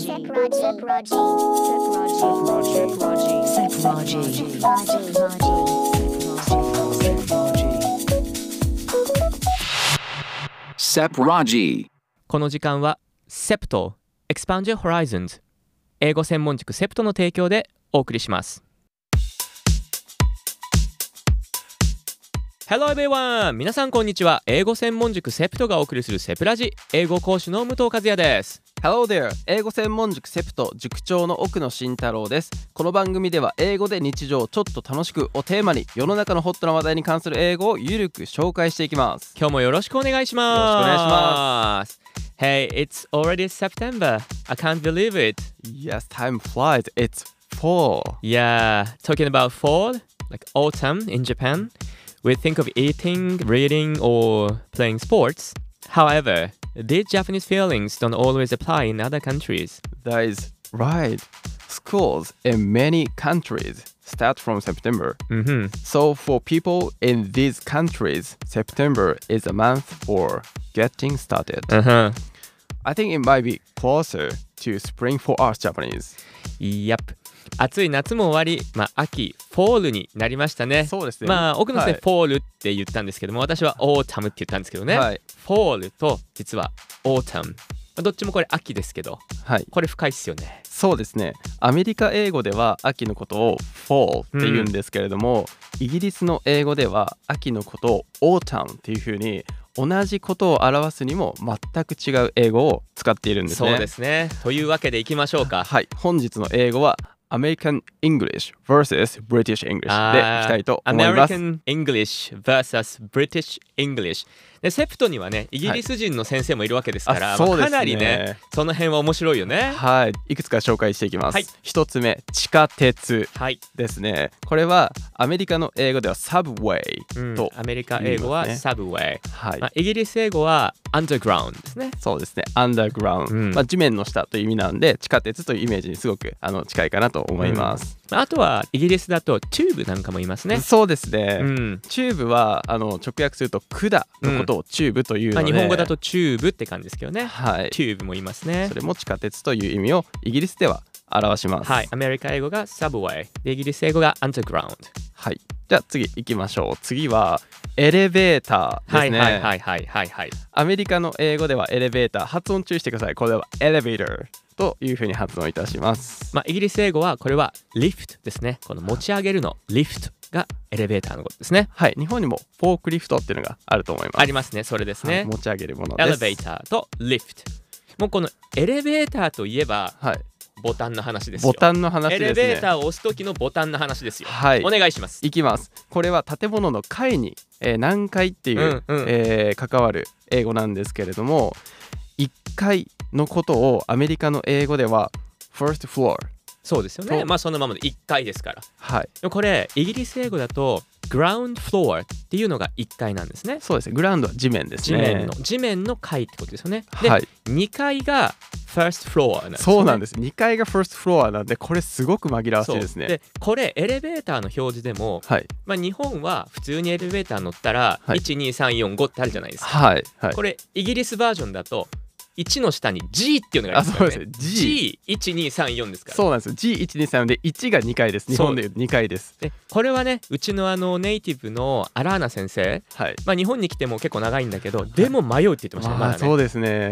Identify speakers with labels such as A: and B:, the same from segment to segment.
A: Sepraji.
B: Sepraji. Sepraji. Sepraji.
C: Sepraji.
D: この時間は SEPT Expand Your Horizons 英語専門塾 SEPT の提供でお送りします Hello everyone! 皆さんこんにちは英語専門塾 SEPT がお送りするセプラジ英語講師の武藤和也です
E: Hello there! 英語専門塾セプト塾長の奥野慎太郎です。この番組では英語で日常をちょっと楽しくをテーマに世の中のホットな話題に関する英語をゆるく紹介していきます。
D: 今日もよろしくお願いし
E: よろしくお願いし
D: ま
E: ます
D: Hey, it's already September. I can't believe it.
E: Yes, time flies. It's fall.
D: Yeah, talking about fall, like autumn in Japan, we think of eating, reading, or playing sports. However, these Japanese feelings don't always apply in other countries.
E: That is right. Schools in many countries start from September.
D: hmm
E: So for people in these countries, September is a month for getting started.
D: Uh huh.
E: I think it might be closer to spring for us Japanese.
D: Yep. 暑い夏も終わり、まあ、秋、フォールになりましたね。
E: そうですね
D: まあ、奥の
E: は
D: 先生、
E: い
D: フォールって言ったんですけども、私はオータムって言ったんですけどね。
E: はい
D: フォールと、実はオータム。まあどっちもこれ秋ですけど、
E: はい。
D: これ深いっすよね。
E: そうですねアメリカ英語では秋のことを fall って言うんですけれども、イギリスの英語では秋のことを autumn っていうふうに同じことを表すにも全く違う英語を使っているんですね。
D: そうですね。というわけでいきましょうか。
E: はい、本日の英語は American English vs British English でいきたいと思います。
D: American English vs British English でセプトにはねイギリス人の先生もいるわけですから、
E: あそうですね
D: かなりねその辺は面白いよね
E: はい、いくつか紹介していきま
D: はい
E: す。一、つ目、地下鉄
D: はい、
E: ですね。これはアメリカの英語では subway
D: うん
E: と、
D: アメリカ英語は
E: 言います
D: Subway、
E: はい
D: まあ、イギリス英語は Underground ですね
E: そうですね、アンダーグラウンド、
D: うん
E: まあ、地面の下という意味なんで、地下鉄というイメージにすごくあの近いかなと思います。
D: まああとはイギリスだと Tube なんかも言いますね、
E: そうですね、
D: うん
E: チューブはあの直訳すると管のことをチューブというの
D: ま
E: で、
D: あ、日本語だと、Tube って感じですけどね、
E: はい、
D: Tube も言いますね
E: それも地下鉄という意味をイギリスでは表します。
D: はいアメリカ英語が Subway でイギリス英語が Underground
E: はいじゃあ次行きましょう。次はエレベーターで
D: は
E: す
D: い
E: ね、
D: はいはいはいはいはい
E: アメリカの英語ではエレベーター、発音注意してください。これはエレベーターというふうに発音いたします。
D: まあ、イギリス英語はこれはリフトですね。この持ち上げるのリフトがエレベーターのことですね。
E: はい、日本にもフォークリフトっていうのがあると思います。
D: ありますね。それです
E: はい
D: ね。
E: 持ち上げるもの
D: エ
E: です。
D: レベーターとリフト。もうこのエレベーターといえば
E: はい。
D: ボタンの話ですよ。
E: ボタンの話ですね。
D: エレベーターを押す時のボタンの話ですよ。
E: はい
D: お。願いします。
E: いきます。これは建物の階に、えー何階っていう、
D: うんうん
E: えー関わる英語なんですけれども、1階のことをアメリカの英語では first floor。
D: そうですよね。
E: と
D: まあそのままで1階ですから。
E: はい。
D: でもこれイギリス英語だとグラウンドフロアっていうのが1階なんですね。
E: そうですね。グラウンドは地面です
D: 地
E: ね。
D: 面の、地面の階ってことですよね。で、
E: はい。
D: 2階が first floor なんですよね
E: そうなんです。2階が first floor なんで、これすごく紛らわしいです
D: そう
E: ね。
D: でこれエレベーターの表示でも、
E: はい。
D: まあ、日本は普通にエレベーター乗ったら、
E: はい
D: 12345ってあるじゃないですか、
E: はい。はい
D: こ。れイギリスバージョンだと1の下に G っていうのがあ
E: あ、
D: りま
E: そ
D: すか
E: う
D: ら
E: です
D: ね
E: ね。G。
D: G1234 ですから
E: そうなんです。G123 で1が2階です。日本でいう2階です。
D: でこれはねうちのあのネイティブのアラーナ先生、
E: はい。
D: まあ、日本に来ても結構長いんだけどでも迷うって言ってましたね,、
E: あ
D: ま
E: ー、
D: だ
E: そ
D: ね
E: うですね。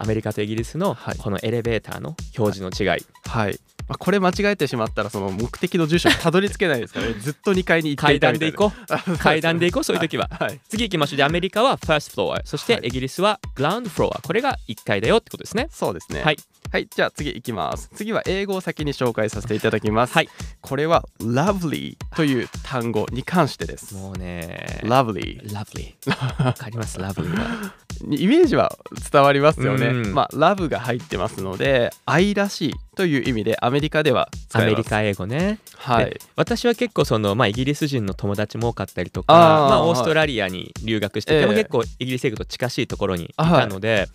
D: アメリカとイギリスの
E: はい
D: このエレベーターの表示の違い、
E: はい、まあ、これ間違えてしまったらその目的の住所にたどり着けないです からねずっと2階に行って
D: 階
E: いた
D: 段
E: みた
D: で
E: い
D: 行
E: な
D: こ う階段で行こうそういう時は、
E: はい
D: 次行きましょうでアメリカは first floor そして
E: はい
D: イギリスは ground floor これが1階だよってことですね
E: そうですね
D: はい、
E: はい、じゃあ次行きます次は英語を先に紹介させていただきます、
D: はい、
E: これは lovely という単語に関してです
D: もうね
E: lovely
D: lovely わかります lovely は
E: イメージは伝わりますよね
D: うん
E: まあ love が入ってますので愛らしいという意味でアメリカでは使
D: ア
E: い
D: メ
E: ま
D: リ
E: す
D: カ英語ね
E: は
D: で
E: い
D: 私は結構その、まあ、イギリス人の友達も多かったりとか
E: あー
D: まあ、
E: はい
D: オーストラリアに留学して、
E: ええ
D: でも結構イギリス英語と近しいところにいたので、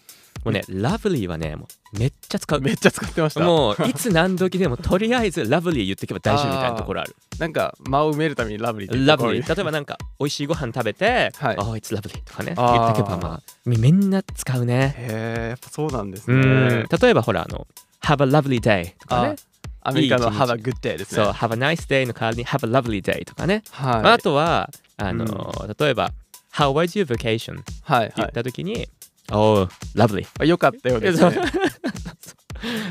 D: もうね、ラブリーはね、もうめっちゃ使う。
E: めっちゃ使ってました
D: もういつ何時でもとりあえずラブリー言ってけば大丈夫みたいなところある。
E: なんか間を埋めるためにラブリーって言った
D: ラ
E: ところ
D: ブ
E: に
D: リー。例えばなんか美味しいご飯食べて、
E: はい
D: ああ、いつラブリーとかね、言
E: あー
D: ってけばまあみみんな使うね。
E: へえやっぱそうなんです
D: う
E: ね
D: ん。例えばほら、あの、Have a lovely day とか
E: あ
D: ね。
E: アメリカの
D: いい一日
E: Have a good day です
D: そう、
E: ね
D: Have a nice day の代わりに Have a lovely day とかね。まあ
E: は
D: あとは、あの、例えば、How was your vacation? って
E: いはい
D: 言
E: は
D: っ
E: い
D: たときに、Oh, lovely.
E: あよかったようですね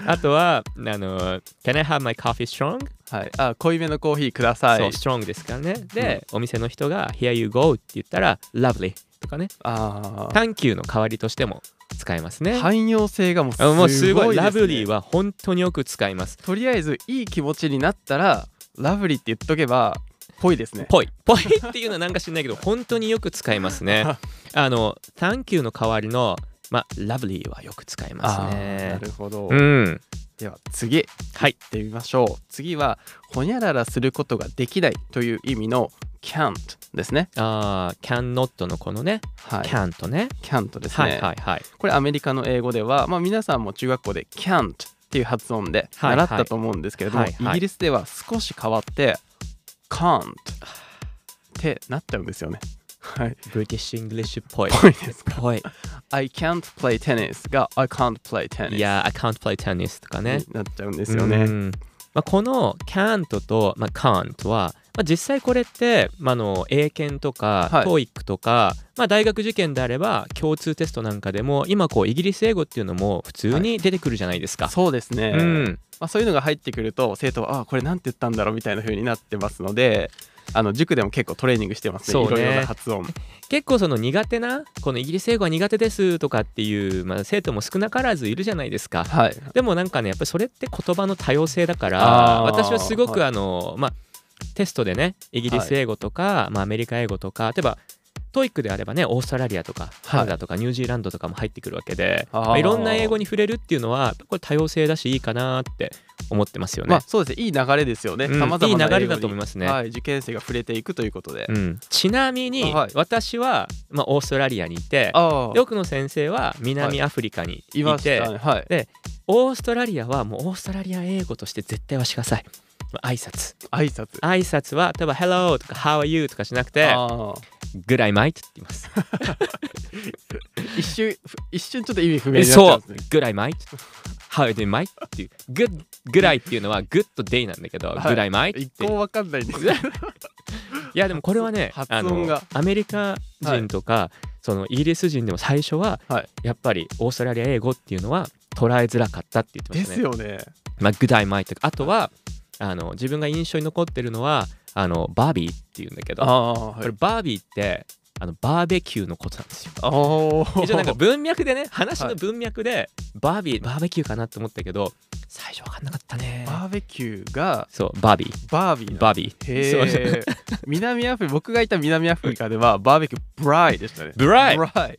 D: あとは、あの、Can I have my coffee strong?
E: はいあ濃いめのコーヒーくださ
D: そう、
E: い
D: strong ですからね。で、お店の人が Here you go って言ったら Lovely とかね。
E: あー
D: Thank you の代わりとしても使えますね。
E: 汎用性がもうす
D: あ
E: ごい
D: もうすご
E: で
D: い、
E: すね
D: ラブリーは本当によく使います。
E: とりあえずいい気持ちになったらラブリーって言っとけばぽいですね
D: ぽい。ぽいっていうのはなんか知んないけど、本当によく使いますね。あの、Thank you の代わりの、まあ、Lovely はよく使い
E: あ
D: ます
E: ーな
D: ね。
E: るほど、
D: うん。
E: では次
D: はい。
E: 行ってみましょう次はほにゃららすることができないという意味の can't ですね
D: ああ、can not のこのね、
E: はい
D: can とね。
E: can't ですね、
D: はいはいはい。
E: これアメリカの英語では、まあ、皆さんも中学校で can't っていう発音で
D: はい
E: 習ったと思うんですけれども、
D: はいはい
E: イギリスでは少し変わって can't ってなっちゃうんですよねはい、
D: British English っぽい。
E: ぽいですか
D: ぽい。
E: I can't play tennis が I can't play tennis
D: いやー、I can't play tennis とかね。
E: になっちゃうんですよね。
D: うんまあ、この can't と、まあ、can't は、まあ、実際これって、まあ、あの英検とか、
E: はい
D: TOEIC とか、まあ、大学受験であれば共通テストなんかでも今こうイギリス英語っていうのも普通に出てくるじゃないですか。
E: そうですね、
D: うん、
E: まあ、そういうのが入ってくると生徒はあこれなんて言ったんだろうみたいな風になってますのであの塾でも結構トレーニングしてますね
D: そうね
E: いろいろな発音
D: 結構その苦手なこのイギリス英語は苦手ですとかっていう、まあ、生徒も少なからずいるじゃないですか。
E: はい
D: でもなんかねやっぱりそれって言葉の多様性だか
E: あ
D: ら
E: ー
D: 私はすごく
E: は
D: あの、まあテストでねイギリス英語とか、まあ、アメリカ英語とか例えばトイックであればねオーストラリアとかカナダとかニュージーランドとかも入ってくるわけで、
E: あー
D: まあいろんな英語に触れるっていうのはこれ多様性だしいいかなって思ってますよね。
E: まあそうですねいい流れですよね、
D: うん
E: 様々ない
D: い流れだと思いますね
E: はい、受験生が触れていくということで、
D: うん、ちなみに
E: あはい
D: 私は、まあ、オーストラリアにいて
E: ああ
D: で奥の先生は南アフリカにいて、
E: いましたねはい
D: でオーストラリアはもうオーストラリア英語として絶対はしなさいまあ挨拶
E: 挨拶
D: 挨拶は例えば「Hello」とか「How are you」とかしなくて
E: ああ
D: 「Good I might」って言います。
E: 一瞬ふ一瞬ちょっと意味不明
D: え
E: になっちゃ
D: そううん
E: ですね
D: 「Good I might」「How are you might」っていう「Good」「Good I」っていうのは「Good Day」なんだけど「
E: はい
D: Good I might」っ
E: 一
D: てい
E: 向
D: う
E: わかんないん ですよ
D: いやでもこれはね
E: 発
D: あ
E: 音が
D: のアメリカ人とか、そのイギリス人でも最初は、
E: はい
D: やっぱりオーストラリア英語っていうのは捉えづらかったって言ってま
E: で
D: したね
E: す。よね
D: まあ、グダイマイとかあとはあの自分が印象に残ってるのはあのバービーっていうんだけど、
E: ああ
D: これバービーってあのバーベキューのことなんですよ。
E: あお
D: 一応なんか文脈でね話
E: はい
D: の文脈でバービーバーベキューかなと思ったけど最初分かんなかったね。
E: バーベキューが
D: そうバービ
E: バービー
D: ー
E: なん
D: バービー。
E: へ
D: そうそう
E: え南アフリカ僕がいた南アフリカではバーベキューブライでしたね
D: ブライ
E: ブライ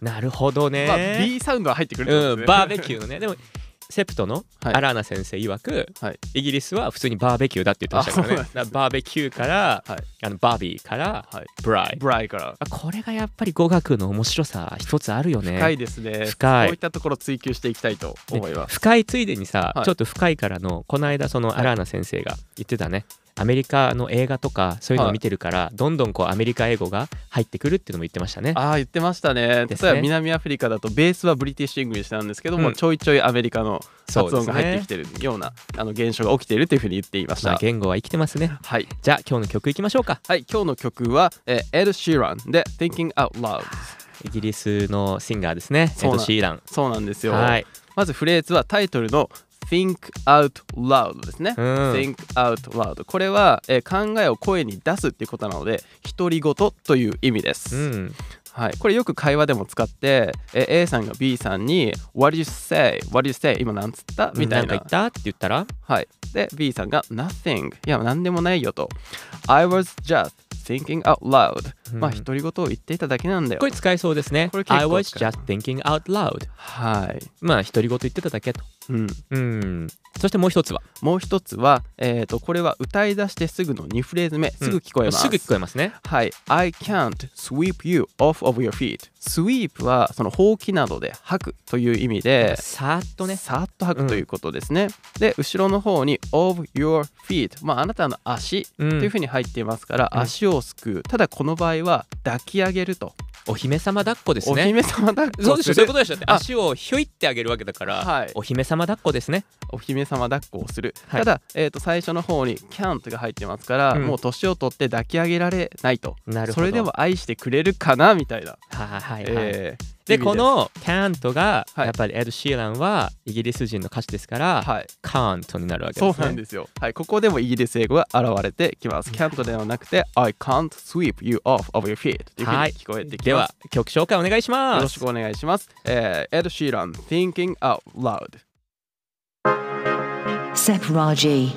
D: なるほどね。
E: まあ B サウンドは入ってくるってことで
D: うん、
E: すね
D: バーベキューのねでもセプトの
E: はい
D: アラーナ先生曰く、
E: はい
D: イギリスは普通にバーベキューだって言ってましたからね
E: あそう
D: だからバーベキューから、
E: はい
D: あのバービーから、
E: はい
D: ブライ
E: ブライから
D: あこれがやっぱり語学の面白さ一つあるよね
E: 深いですね
D: 深い
E: そういったところを追求していきたいと
D: ね
E: 思います
D: 深いついでにさ、
E: はい
D: ちょっと深いからのこの間そのアラーナ先生が言ってたね、アメリカの映画とかそういうのを見てるから、どんどんこうアメリカ英語が入ってくるっていうのも言ってましたね
E: ああ言ってましたね
D: です
E: 例
D: ね
E: えば南アフリカだとベースはブリティッシュ・イングリッシュなんですけども、
D: うん
E: ちょいちょいアメリカの発
D: そうで
E: 音
D: す
E: が
D: ね
E: 入ってきてるようなあの現象が起きているというふうに言っていました、
D: まあ、言語は生きてますね
E: はい、
D: じゃあ今日の曲いきましょうか
E: はい、今日の曲は、えー、エル・シーランで「Thinking Out Loud
D: イギリスのシンガーですねエ
E: そう
D: ド・
E: なん
D: シーラン」
E: そうなんですよ、
D: はい
E: まずフレーズはタイトルの「Think Out Loud」ですね。
D: うん
E: Think Out Loud これは、えー考えを声に出すっていうことなので独り言という意味です、
D: うん、
E: はい、これよく会話でも使って、えー A さんが B さんに「What do you say? What do you say? 今なんつった?」みたい
D: んか
E: な
D: 言ったって言ったら
E: はい、で B さんが「Nothing」いや何でもないよと「I was just thinking out loud」
D: うん
E: まあ独り言を言っていただけなんだよ
D: こ。れ使えそうですね
E: これ。結構
D: I was
E: 使える
D: just thinking out loud。
E: はい、
D: まあ、独り言言ってただけと。
E: うん。
D: うん。そしてもう一つは、
E: もう一つは、えー、とこれは歌い出してすぐの2フレーズ目すぐ聞こえます。
D: すぐ聞こえますね。
E: はい、I can't sweep you off of your feet。sweep はそのほうきなどで吐くという意味で、
D: さーっとね。
E: さーっと吐
D: う
E: く
D: ん
E: ということですね。で、後ろの方に of your feet、まあ、あなたの足
D: う
E: というんふうに入っていますから、
D: うん
E: 足をすくう。ただこの場合は抱き上げると。
D: お姫様抱っこです
E: お
D: ね。
E: 姫様抱っ
D: そ
E: こ
D: うですしょ、
E: る。
D: そういうことでしょ。だって
E: あ
D: 足をひょいってあげるわけだから、
E: はい
D: お姫様抱っこですね。
E: お姫様抱っこをする、
D: はい
E: ただ、えー、と最初の方に「キャン」が入ってますから、
D: うん
E: もう年を取って抱き上げられないと
D: なるほ
E: そ
D: ど
E: れでも愛してくれるかなみたいな、
D: はいはいはい。
E: えー
D: で、
E: 意味す
D: このキャントが、
E: はい
D: やっぱりエド・シーランはイギリス人の歌手ですから、
E: はい、
D: カーントになるわけ
E: そ
D: で
E: う
D: すね。
E: なんですよ、はい、ここでもイギリス英語が現れてきますキャントではなくて「I can't sweep you off of your feet」というふうに
D: はい
E: 聞こえてき
D: で
E: ます
D: は、曲紹介お願いします。
E: よろしくお願いします、えー、エド・シーラン Thinking Out Loud
B: Sep Raji.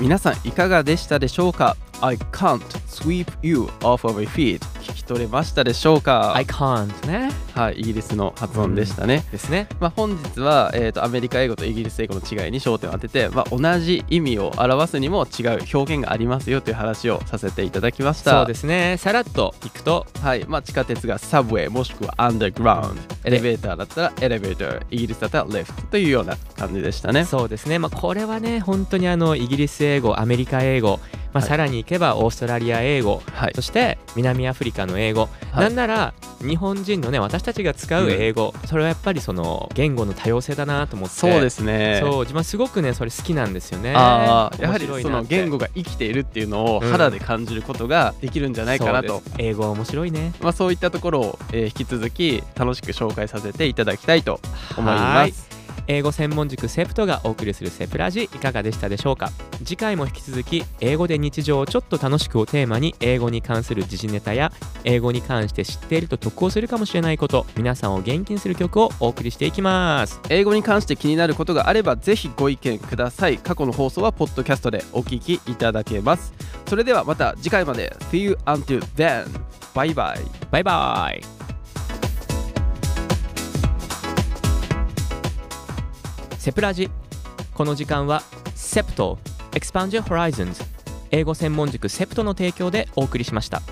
E: 皆さんいかがでしたでしょうか I can't sweep you off of your feet 聞き取れましたでしょうか
D: I can't ね。
E: はい、イギリスの発音でしたね。
D: ですね。
E: まあ、本日は、えー、とアメリカ英語とイギリス英語の違いに焦点を当てて、まあ、同じ意味を表すにも違う表現がありますよという話をさせていただきました。
D: そうですすね。さらっといくと、
E: はいまあ、地下鉄がサブウェイもしくはアンダーグラウンドエレベーターだったらエレベーターイギリスだったらレフトというような感じでしたね。
D: そうですね。まあ、これはね、本当にあのイギリス英語、アメリカ英語、まあ、
E: はい
D: さらにいけばオーストラリア英語、
E: はい
D: そ、して南アフリカの英語、
E: はい
D: なんなら日本人のね私たちが使う英語、それはやっぱりその言語の多様性だなと思って
E: そうですすね。
D: そう自分はすごくねそれ好きなんですよね
E: ああやはり
D: 面白い
E: そ
D: な
E: の
D: って
E: 言語が生きているっていうのを
D: うん
E: 肌で感じることができるんじゃないかな
D: そ
E: と
D: うです英語は面白いね
E: まあ、そういったところを、えー引き続き楽しく紹介させていただきたいと思い
D: は
E: ま
D: ーい
E: す。
D: 英語専門塾セプトがお送りするセプラジいかがでしたでしょうか次回も引き続き英語で日常をちょっと楽しくをテーマに英語に関する時事ネタや英語に関して知っていると得をするかもしれないこと皆さんを元気にする曲をお送りしていきます
E: 英語に関して気になることがあればぜひご意見ください。過去の放送はポッドキャストでお聞きいただけます。それではまた次回まで。See you until then. バイバイ。
D: バイバイセプラジこの時間はセプト Expand Your Horizons 英語専門塾セプトの提供でお送りしました